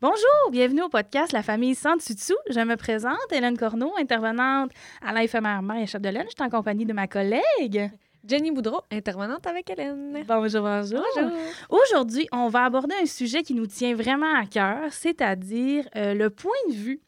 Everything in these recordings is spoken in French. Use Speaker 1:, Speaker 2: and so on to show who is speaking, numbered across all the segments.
Speaker 1: Bonjour, bienvenue au podcast La famille sans dessus-dessous. Je me présente, Hélène Corneau, intervenante à l'éphémère Marie Chef de Laine. Je suis en compagnie de ma collègue.
Speaker 2: Jenny Boudreau, intervenante avec Hélène.
Speaker 1: Bonjour, bonjour. Aujourd'hui, on va aborder un sujet qui nous tient vraiment à cœur, c'est-à-dire euh, le point de vue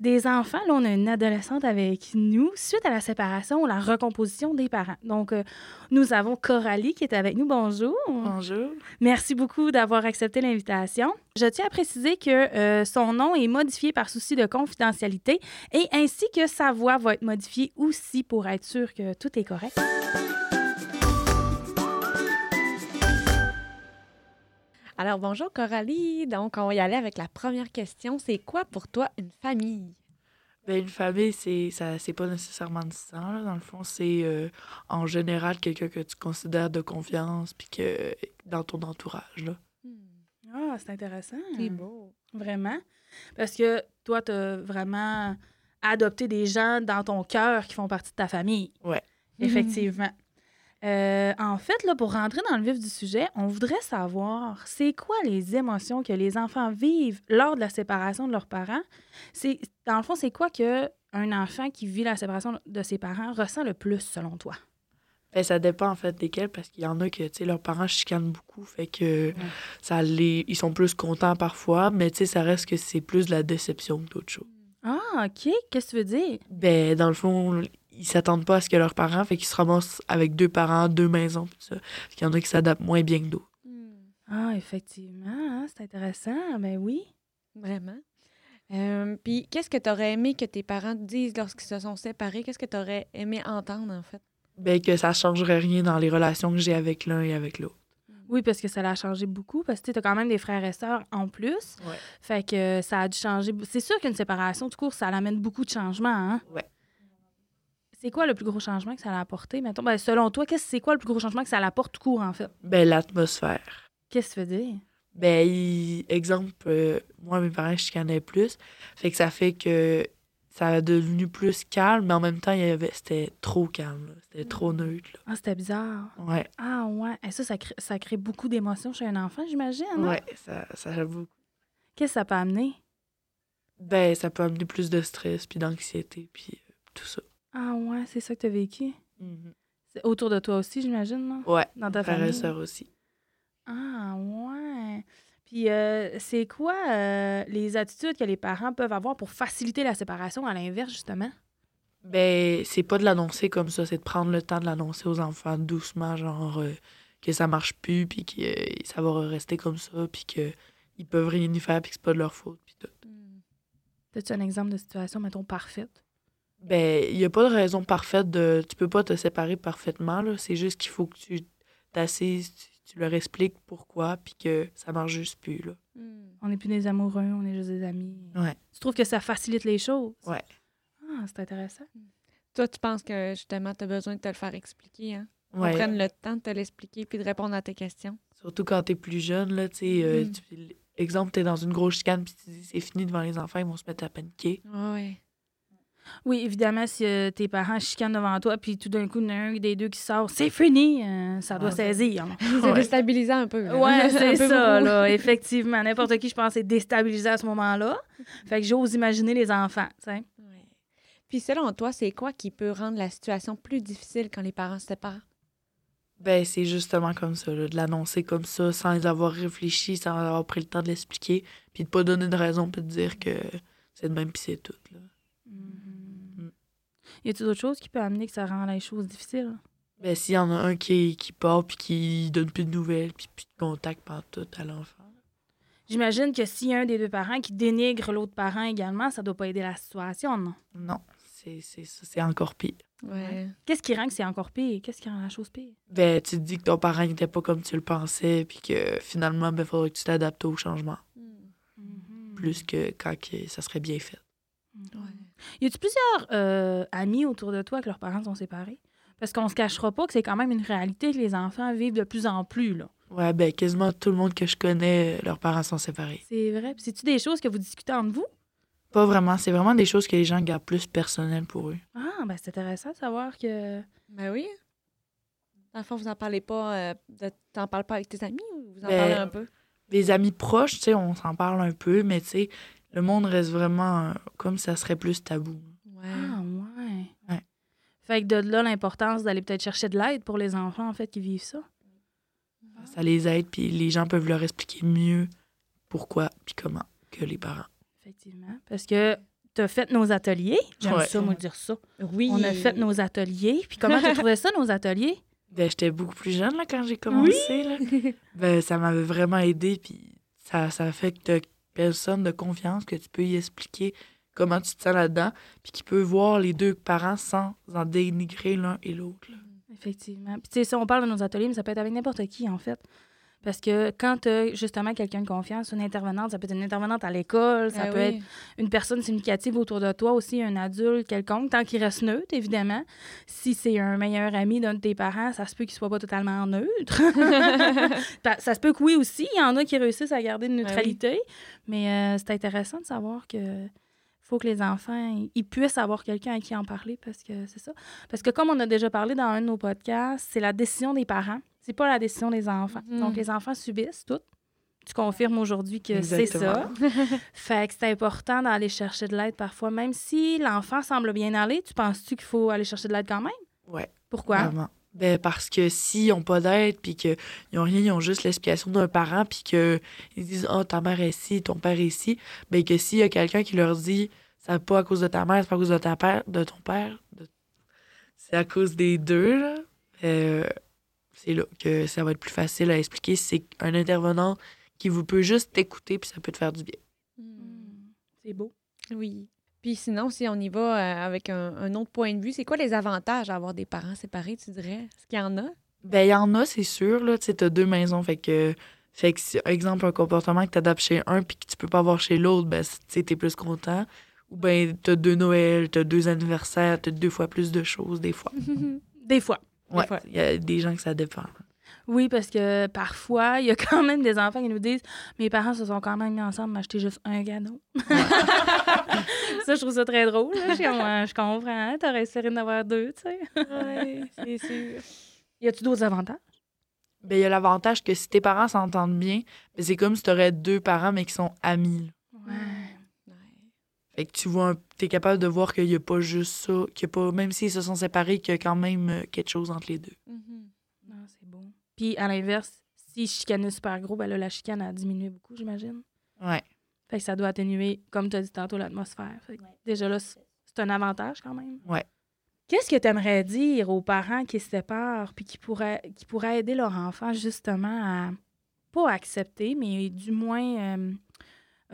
Speaker 1: des enfants. Là, on a une adolescente avec nous suite à la séparation ou la recomposition des parents. Donc, euh, nous avons Coralie qui est avec nous. Bonjour.
Speaker 3: Bonjour.
Speaker 1: Merci beaucoup d'avoir accepté l'invitation. Je tiens à préciser que euh, son nom est modifié par souci de confidentialité et ainsi que sa voix va être modifiée aussi pour être sûr que tout est correct.
Speaker 2: Alors bonjour Coralie. Donc on va y aller avec la première question. C'est quoi pour toi une famille?
Speaker 3: Ben, une famille, c'est ça, c'est pas nécessairement du sang. là. Dans le fond, c'est euh, en général quelqu'un que tu considères de confiance puis que dans ton entourage. Là.
Speaker 1: Ah, c'est intéressant.
Speaker 2: C'est beau.
Speaker 1: Vraiment. Parce que toi, tu as vraiment adopté des gens dans ton cœur qui font partie de ta famille.
Speaker 3: Ouais.
Speaker 1: Mhm. Effectivement. Euh, en fait, là, pour rentrer dans le vif du sujet, on voudrait savoir c'est quoi les émotions que les enfants vivent lors de la séparation de leurs parents. C'est dans le fond, c'est quoi que un enfant qui vit la séparation de ses parents ressent le plus selon toi
Speaker 3: Ben, ça dépend en fait desquels parce qu'il y en a que tu sais leurs parents chicanent beaucoup fait que ça les ils sont plus contents parfois mais tu sais ça reste que c'est plus de la déception que d'autres choses.
Speaker 1: Ah, ok. Qu'est-ce que tu veux dire
Speaker 3: Ben dans le fond ils s'attendent pas à ce que leurs parents fait qu'ils se ramassent avec deux parents, deux maisons pis ça. Fait qu'il y en a qui s'adaptent moins bien que d'autres.
Speaker 1: Ah, effectivement, hein, c'est intéressant. Ben oui.
Speaker 2: Vraiment. Euh, Puis qu'est-ce que tu aurais aimé que tes parents te disent lorsqu'ils se sont séparés? Qu'est-ce que tu aurais aimé entendre en fait?
Speaker 3: Ben que ça changerait rien dans les relations que j'ai avec l'un et avec l'autre.
Speaker 1: Oui, parce que ça l'a changé beaucoup, parce que tu as quand même des frères et sœurs en plus.
Speaker 3: Ouais.
Speaker 1: Fait que euh, ça a dû changer. C'est sûr qu'une séparation, tout court, ça amène beaucoup de changements. Hein?
Speaker 3: Ouais.
Speaker 1: C'est quoi le plus gros changement que ça a apporté? Mettons, ben, selon toi, qu'est-ce c'est quoi le plus gros changement que ça apporte tout court, en fait?
Speaker 3: Ben l'atmosphère.
Speaker 1: Qu'est-ce que tu veux dire?
Speaker 3: Ben, il- exemple, euh, moi, mes parents, je chicanais plus. Fait que ça fait que ça a devenu plus calme, mais en même temps, il y avait, c'était trop calme. là. C'était trop neutre.
Speaker 1: Ah, c'était bizarre.
Speaker 3: là. Ouais,
Speaker 1: Ah, ouais. Et ça, ça crée, ça crée beaucoup d'émotions chez un enfant, j'imagine. hein?
Speaker 3: ouais, ça, ça a beaucoup.
Speaker 1: Qu'est-ce que ça peut amener?
Speaker 3: Ben, ça peut amener plus de stress, puis d'anxiété, puis euh, tout ça.
Speaker 1: Ah, ouais, c'est ça que tu as vécu. C'est autour de toi aussi, j'imagine, non?
Speaker 3: Ouais,
Speaker 1: Mm-hmm. Dans ta
Speaker 3: frères et
Speaker 1: famille.
Speaker 3: sœurs aussi.
Speaker 1: Ah, ouais. Puis, euh, c'est quoi euh, les attitudes que les parents peuvent avoir pour faciliter la séparation, à l'inverse, justement?
Speaker 3: Ben, c'est pas de l'annoncer comme ça, c'est de prendre le temps de l'annoncer aux enfants doucement, genre euh, que ça marche plus, puis que euh, ça va rester comme ça, puis que ils peuvent rien y faire, puis que c'est pas de leur faute, puis tout.
Speaker 1: As-tu un exemple de situation, mettons, parfaite?
Speaker 3: Ben, il n'y a pas de raison parfaite de. Tu peux pas te séparer parfaitement, là. C'est juste qu'il faut que tu t'assises, tu, tu leur expliques pourquoi, puis que ça marche juste plus, là.
Speaker 1: On n'est plus des amoureux, on est juste des amis.
Speaker 3: Ouais.
Speaker 1: Tu trouves que ça facilite les choses?
Speaker 3: Ouais.
Speaker 1: Ah, c'est intéressant.
Speaker 2: Toi, tu penses que justement, tu as besoin de te le faire expliquer, hein? Qu'on
Speaker 3: Ouais.
Speaker 2: prenne le temps de te l'expliquer puis de répondre à tes questions.
Speaker 3: Surtout quand t'es plus jeune, là, tu sais. euh,
Speaker 2: Mhm.
Speaker 3: tu- exemple, t'es dans une grosse chicane, puis tu dis c'est fini devant les enfants, ils vont se mettre à paniquer.
Speaker 2: Oui.
Speaker 1: Oui, évidemment, si euh, tes parents chicanent devant toi, puis tout d'un coup, il y en a un des deux qui sort, c'est fini, euh, ça doit
Speaker 3: Ah.
Speaker 1: saisir. hein.
Speaker 2: C'est
Speaker 3: Ouais.
Speaker 2: déstabilisant un peu. là.
Speaker 1: Ouais,
Speaker 2: Un
Speaker 1: c'est
Speaker 2: peu
Speaker 1: ça,
Speaker 2: beaucoup.
Speaker 1: là, effectivement. N'importe qui, je pense, est déstabilisé à ce moment-là. Fait que j'ose imaginer les enfants, tu sais.
Speaker 2: Ouais. Puis selon toi, c'est quoi qui peut rendre la situation plus difficile quand les parents se séparent?
Speaker 3: Ben, c'est justement comme ça, là, de l'annoncer comme ça, sans les avoir réfléchi, sans avoir pris le temps de l'expliquer, puis de pas donner de raison, puis de dire que c'est de même, puis c'est tout, là.
Speaker 1: Mm-hmm. Mm. Y a-t-il d'autres choses qui peuvent amener que ça rend les choses difficiles?
Speaker 3: Ben, s'il y en a un qui, qui part, puis qui donne plus de nouvelles, puis plus de contact tout à l'enfant.
Speaker 1: J'imagine que s'il y a un des deux parents qui dénigre l'autre parent également, ça doit pas aider la situation, non?
Speaker 3: Non, c'est c'est ça, c'est encore pire.
Speaker 2: Ouais.
Speaker 1: Qu'est-ce qui rend que c'est encore pire? Qu'est-ce qui rend la chose pire?
Speaker 3: Ben, tu te dis que ton parent n'était pas comme tu le pensais, puis que finalement, ben, faudrait que tu t'adaptes au changement,
Speaker 2: Hmm.
Speaker 1: Mm-hmm.
Speaker 3: plus que quand que ça serait bien fait.
Speaker 1: Y a-tu plusieurs euh, amis autour de toi que leurs parents sont séparés? Parce qu'on se cachera pas que c'est quand même une réalité que les enfants vivent de plus en plus, là.
Speaker 3: Ouais, ben, quasiment tout le monde que je connais, leurs parents sont séparés.
Speaker 1: C'est vrai. Puis c'est-tu des choses que vous discutez entre vous?
Speaker 3: Pas vraiment, c'est vraiment des choses que les gens gardent plus personnelles pour eux.
Speaker 1: Ah, ben c'est intéressant de savoir que...
Speaker 2: Ben oui. Dans le fond, vous n'en parlez pas, euh, de- t'en parles pas avec tes amis ou vous en
Speaker 3: Ben-
Speaker 2: parlez un peu?
Speaker 3: des amis proches, tu sais, on s'en parle un peu, mais tu sais, le monde reste vraiment euh, comme ça serait plus tabou.
Speaker 2: Ouais.
Speaker 1: Ah, ouais.
Speaker 3: Ouais.
Speaker 1: Fait que de là, l'importance d'aller peut-être chercher de l'aide pour les enfants, en fait, qui vivent ça.
Speaker 3: Ça les aide, puis les gens peuvent leur expliquer mieux pourquoi puis comment que les parents.
Speaker 1: Effectivement. Parce que tu as fait nos ateliers. J'aime
Speaker 3: Ouais.
Speaker 1: ça, moi, dire ça.
Speaker 2: Oui.
Speaker 1: On a fait nos ateliers. Puis comment tu trouvais ça, nos ateliers?
Speaker 3: Ben, j'étais beaucoup plus jeune là, quand j'ai commencé. Là. Ben, ça m'avait vraiment aidé, puis ça, ça fait que t'as personne de confiance que tu peux y expliquer comment tu te sens là-dedans, puis qui peut voir les deux parents sans en dénigrer l'un et l'autre. là.
Speaker 1: Effectivement. Puis, tu sais, ça, on parle de nos ateliers, mais ça peut être avec n'importe qui, en fait. Parce que quand tu as justement quelqu'un de confiance, une intervenante, ça peut être une intervenante à l'école, ça
Speaker 2: Ah
Speaker 1: peut
Speaker 2: oui.
Speaker 1: être une personne significative autour de toi aussi, un adulte quelconque, tant qu'il reste neutre, évidemment. Si c'est un meilleur ami d'un de tes parents, ça se peut qu'il soit pas totalement neutre. Ben, ça se peut que oui aussi, il y en a qui réussissent à garder une
Speaker 2: Ben oui.
Speaker 1: neutralité, mais euh, c'est intéressant de savoir que faut que les enfants ils puissent avoir quelqu'un à qui en parler parce que c'est ça. Parce que comme on a déjà parlé dans un de nos podcasts, c'est la décision des parents, c'est pas la décision des enfants.
Speaker 2: Mhm.
Speaker 1: Donc les enfants subissent tout. Tu confirmes aujourd'hui que c'est ça. Fait que c'est important d'aller chercher de l'aide parfois, même si l'enfant semble bien aller. Tu penses-tu qu'il faut aller chercher de l'aide quand même?
Speaker 3: Ouais.
Speaker 1: Pourquoi?
Speaker 2: Ah.
Speaker 3: Vraiment. Ben, parce que s'ils n'ont pas d'aide, puis qu'ils n'ont rien, ils ont juste l'explication d'un parent, puis qu'ils disent Ah, ta mère est ici, ton père est ici, ben, que s'il y a quelqu'un qui leur dit Ça n'est pas à cause de ta mère, c'est pas à cause de, ta père, de ton père, de- c'est à cause des deux, là, euh, c'est là que ça va être plus facile à expliquer. C'est un intervenant qui vous peut juste t'écouter, puis ça peut te faire du bien.
Speaker 1: Hmm. C'est beau.
Speaker 2: Oui. Puis sinon, si on y va euh, avec un, un autre point de vue, c'est quoi les avantages à avoir des parents séparés, tu dirais? Est-ce qu'il y en a?
Speaker 3: Ben, il y en a, c'est sûr. Là. Tu sais, t'as deux maisons. Fait que, fait que si, exemple, un comportement que t'adaptes chez un puis que tu peux pas avoir chez l'autre, ben, tu sais, t'es plus content. Ou ben, t'as deux Noël, t'as deux anniversaires, t'as deux fois plus de choses, des fois.
Speaker 1: Des fois.
Speaker 3: Ouais.
Speaker 2: fois.
Speaker 3: Il y a des gens que ça dépend.
Speaker 1: Oui, parce que parfois, il y a quand même des enfants qui nous disent Mes parents se sont quand même mis ensemble, m'acheter juste un cadeau. ça, je trouve ça très drôle. là. Je, suis comme, Ouais, je comprends, t'aurais essayé d'en avoir deux, tu sais.
Speaker 2: Oui, c'est sûr.
Speaker 1: Y a-tu d'autres avantages?
Speaker 3: Ben, il y a l'avantage que si tes parents s'entendent bien, ben, c'est comme si t'aurais deux parents, mais qui sont amis. là. Fait que tu vois, un- t'es capable de voir qu'il y a pas juste ça, qu'il y a pas, même s'ils se sont séparés, qu'il y a quand même euh, quelque chose entre les deux.
Speaker 2: Mhm.
Speaker 1: Non, c'est bon. Puis à l'inverse, si je chicanais super gros, ben là, la chicane a diminué beaucoup, j'imagine.
Speaker 3: Ouais.
Speaker 1: Fait que ça doit atténuer, comme tu as dit tantôt, l'atmosphère. Fait que Déjà là, c'est c'est un avantage quand même.
Speaker 3: Ouais.
Speaker 1: Qu'est-ce que tu aimerais dire aux parents qui se séparent puis qui pourraient, qui pourraient aider leur enfant justement à pas accepter, mais du moins euh,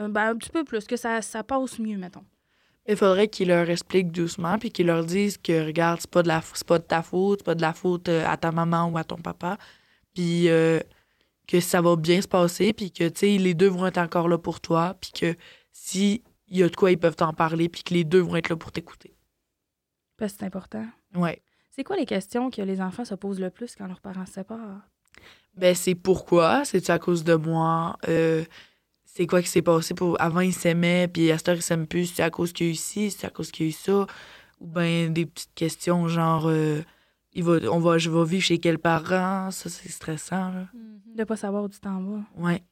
Speaker 1: euh, ben, un petit peu plus, que ça, ça passe mieux, mettons.
Speaker 3: Il faudrait qu'ils leur expliquent doucement, puis qu'ils leur disent que, regarde, c'est pas, de la f- c'est pas de ta faute, c'est pas de la faute euh, à ta maman ou à ton papa, puis euh, que ça va bien se passer, puis que, tu sais, les deux vont être encore là pour toi, puis que si il y a de quoi, ils peuvent t'en parler, puis que les deux vont être là pour t'écouter.
Speaker 1: Parce que c'est important.
Speaker 3: Ouais.
Speaker 1: C'est quoi les questions que les enfants se posent le plus quand leurs parents se séparent?
Speaker 3: Ben, c'est pourquoi? C'est-tu à cause de moi? Euh, c'est quoi qui s'est passé pour. Avant, ils s'aimaient, puis à cette heure, ils s'aiment plus. C'est à cause qu'il y a eu ci, c'est à cause qu'il y a eu ça. Ou ben, des petites questions genre. euh, il va, on va, je vais vivre chez quel parent? Ça, c'est stressant, là.
Speaker 2: Mhm.
Speaker 1: De pas savoir où tu t'en vas.
Speaker 3: Ouais.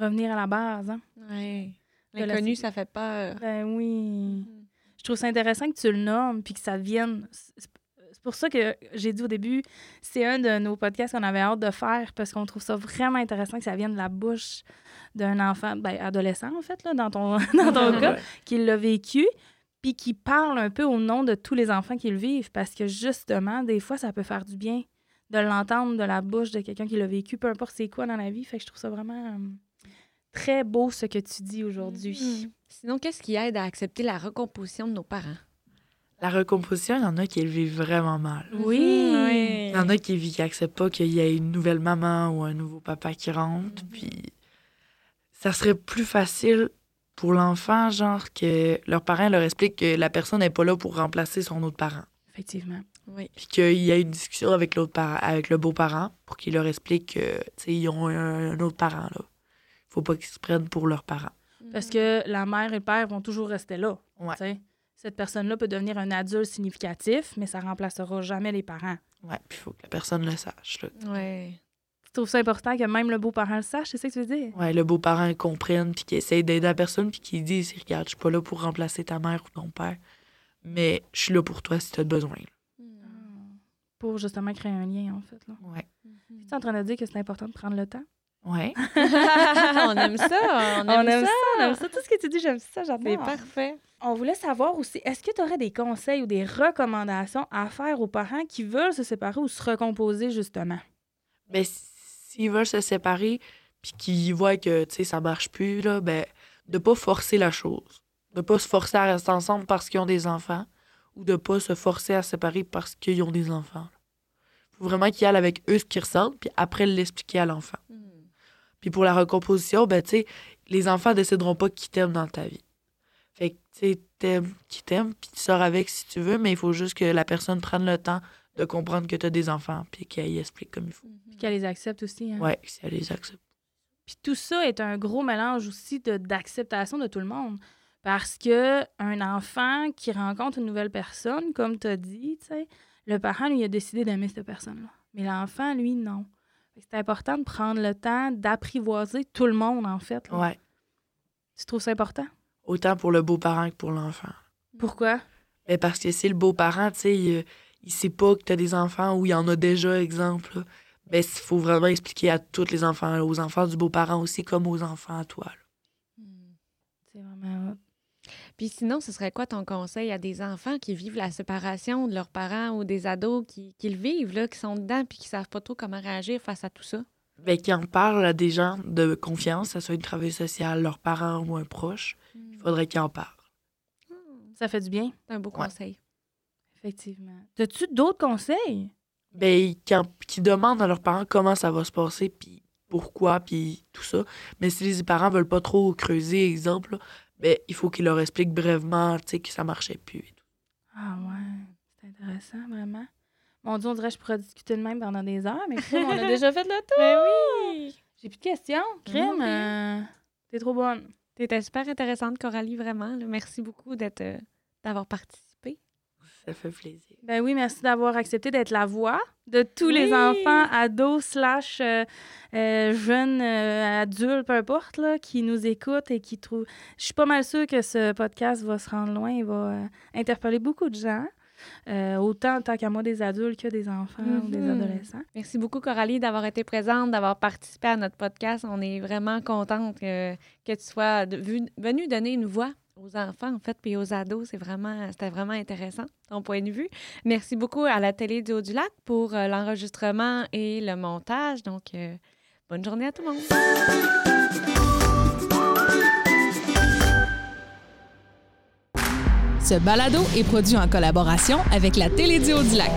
Speaker 1: Revenir à la base, hein?
Speaker 2: Ouais. Mhm.
Speaker 1: De la
Speaker 2: L'inconnu,
Speaker 1: sé-
Speaker 2: ça fait peur.
Speaker 1: Ben oui. je trouve ça intéressant que tu le nommes puis que ça vienne. C'est c'est pour ça que j'ai dit au début, c'est un de nos podcasts qu'on avait hâte de faire parce qu'on trouve ça vraiment intéressant que ça vienne de la bouche d'un enfant, ben, adolescent en fait, là, dans ton, dans ton cas,
Speaker 3: Ouais.
Speaker 1: qui l'a vécu puis qui parle un peu au nom de tous les enfants qui le vivent parce que justement, des fois, ça peut faire du bien de l'entendre de la bouche de quelqu'un qui l'a vécu, peu importe c'est quoi dans la vie. Fait que je trouve ça vraiment euh, très beau ce que tu dis aujourd'hui.
Speaker 2: Mhm. Sinon, qu'est-ce qui aide à accepter la recomposition de nos parents?
Speaker 3: La recomposition, il y en a qui le vivent vraiment mal.
Speaker 1: Oui.
Speaker 2: Mmh.
Speaker 3: Il y en a qui vivent, qui n'acceptent pas qu'il y ait une nouvelle maman ou un nouveau papa qui rentre. Puis ça serait plus facile pour l'enfant, genre, que leurs parents leur expliquent que la personne n'est pas là pour remplacer son autre parent.
Speaker 1: Effectivement.
Speaker 2: Oui.
Speaker 3: Puis qu'il y a une discussion avec l'autre parent, avec le beau-parent pour qu'il leur explique que, tu sais, ils ont un, un autre parent, là. Faut pas qu'ils se prennent pour leur parent.
Speaker 1: Parce que la mère et le père vont toujours rester là.
Speaker 3: Ouais.
Speaker 1: tu sais. Cette personne-là peut devenir un adulte significatif, mais ça remplacera jamais les parents.
Speaker 3: Ouais, puis faut que la personne le sache, là.
Speaker 2: Mm. Ouais.
Speaker 1: C'est trouves ça important que même le beau-parent le sache, c'est ça que tu veux dire?
Speaker 3: Ouais, le beau-parent il comprenne, puis qu'il essaye d'aider la personne, puis qu'il dise Regarde, je suis pas là pour remplacer ta mère ou ton père, mais je suis là pour toi si tu as besoin.
Speaker 1: Mm. Hmm. Pour justement créer un lien, en fait. Là.
Speaker 3: Ouais.
Speaker 1: Tu es en train de dire que c'est important de prendre le temps?
Speaker 3: Ouais.
Speaker 2: on aime ça, on aime, ça.
Speaker 1: on aime Ah! ça. Tout ce que tu dis, j'aime ça,
Speaker 2: C'est
Speaker 1: j'adore.
Speaker 2: parfait.
Speaker 1: On voulait savoir aussi, est-ce que tu aurais des conseils ou des recommandations à faire aux parents qui veulent se séparer ou se recomposer, justement?
Speaker 3: ben, s'ils veulent se séparer puis qu'ils voient que tu sais ça marche plus là ben de pas forcer la chose de pas se forcer à rester ensemble parce qu'ils ont des enfants ou de pas se forcer à se séparer parce qu'ils ont des enfants faut vraiment qu'ils aillent avec eux ce qu'ils ressentent puis après l'expliquer à l'enfant puis pour la recomposition ben tu sais les enfants décideront pas qui t'aiment dans ta vie fait que tu sais t'aimes qui t'aime puis tu sors avec si tu veux mais il faut juste que la personne prenne le temps de comprendre que tu as des enfants puis qu'elle y explique comme il faut
Speaker 1: Puis qu'elle les accepte aussi. hein.
Speaker 3: Ouais, si elle les accepte.
Speaker 1: Puis tout ça est un gros mélange aussi de- d'acceptation de, tout le monde. Parce que un enfant qui rencontre une nouvelle personne, comme tu as dit, tu sais, le parent, lui, a décidé d'aimer cette personne-là. Mais l'enfant, lui, non. Fait que C'est important de prendre le temps d'apprivoiser tout le monde, en fait. là.
Speaker 3: Ouais.
Speaker 1: Tu trouves ça important?
Speaker 3: Autant pour le beau-parent que pour l'enfant.
Speaker 1: Pourquoi?
Speaker 3: Mais parce que si le beau-parent, tu sais, il, il sait pas que t'as des enfants ou il en a déjà, exemple, là, ben, il faut vraiment expliquer à tous les enfants, là, aux enfants du beau-parent aussi, comme aux enfants à toi. là.
Speaker 1: C'est vraiment hot.
Speaker 2: Puis sinon, ce serait quoi ton conseil à des enfants qui vivent la séparation de leurs parents ou des ados qui, qui le vivent, là, qui sont dedans puis qui savent pas trop comment réagir face à tout ça?
Speaker 3: Ben, qui en parle à des gens de confiance, que ce soit une travailleuse sociale, leurs parents ou un proche,
Speaker 1: Mm.
Speaker 3: il faudrait qu'ils en parlent.
Speaker 1: Ça fait du bien,
Speaker 2: C'est un beau
Speaker 3: Ouais.
Speaker 2: conseil.
Speaker 1: effectivement. As-tu d'autres conseils?
Speaker 3: ben, qui, en- qui demandent à leurs parents comment ça va se passer, puis pourquoi, puis tout ça. Mais si les parents veulent pas trop creuser, exemple, là, ben, il faut qu'ils leur expliquent brièvement, tu sais, que ça marchait plus. et tout.
Speaker 1: Ah ouais, c'est intéressant, vraiment. Mon Dieu, on dirait que je pourrais discuter de même pendant des heures, mais crime, on a déjà fait le tour.
Speaker 2: Ben oui!
Speaker 1: J'ai plus de questions. Crime,
Speaker 2: Non,
Speaker 1: euh,
Speaker 2: mais-
Speaker 1: t'es trop bonne.
Speaker 2: T'étais euh, super intéressante, Coralie, vraiment. là. Merci beaucoup d'être euh, d'avoir participé.
Speaker 3: Ça fait plaisir.
Speaker 1: Ben oui, merci d'avoir accepté d'être la voix de tous les
Speaker 2: Oui.
Speaker 1: enfants, ados, slash euh, euh, jeunes, euh, adultes, peu importe, là, qui nous écoutent et qui trouvent... Je suis pas mal sûre que ce podcast va se rendre loin et va euh, interpeller beaucoup de gens, euh, autant, tant qu'à moi, des adultes que des enfants ou des
Speaker 2: Mhm.
Speaker 1: adolescents.
Speaker 2: Merci beaucoup, Coralie, d'avoir été présente, d'avoir participé à notre podcast. On est vraiment contente que, que tu sois de- vu- venue donner une voix aux enfants, en fait, puis aux ados. C'est vraiment, c'était vraiment intéressant, ton point de vue. Merci beaucoup à la Télé du Haut-du-Lac pour euh, l'enregistrement et le montage. Donc, euh, bonne journée à tout le monde.
Speaker 4: Ce balado est produit en collaboration avec la Télédio du Lac.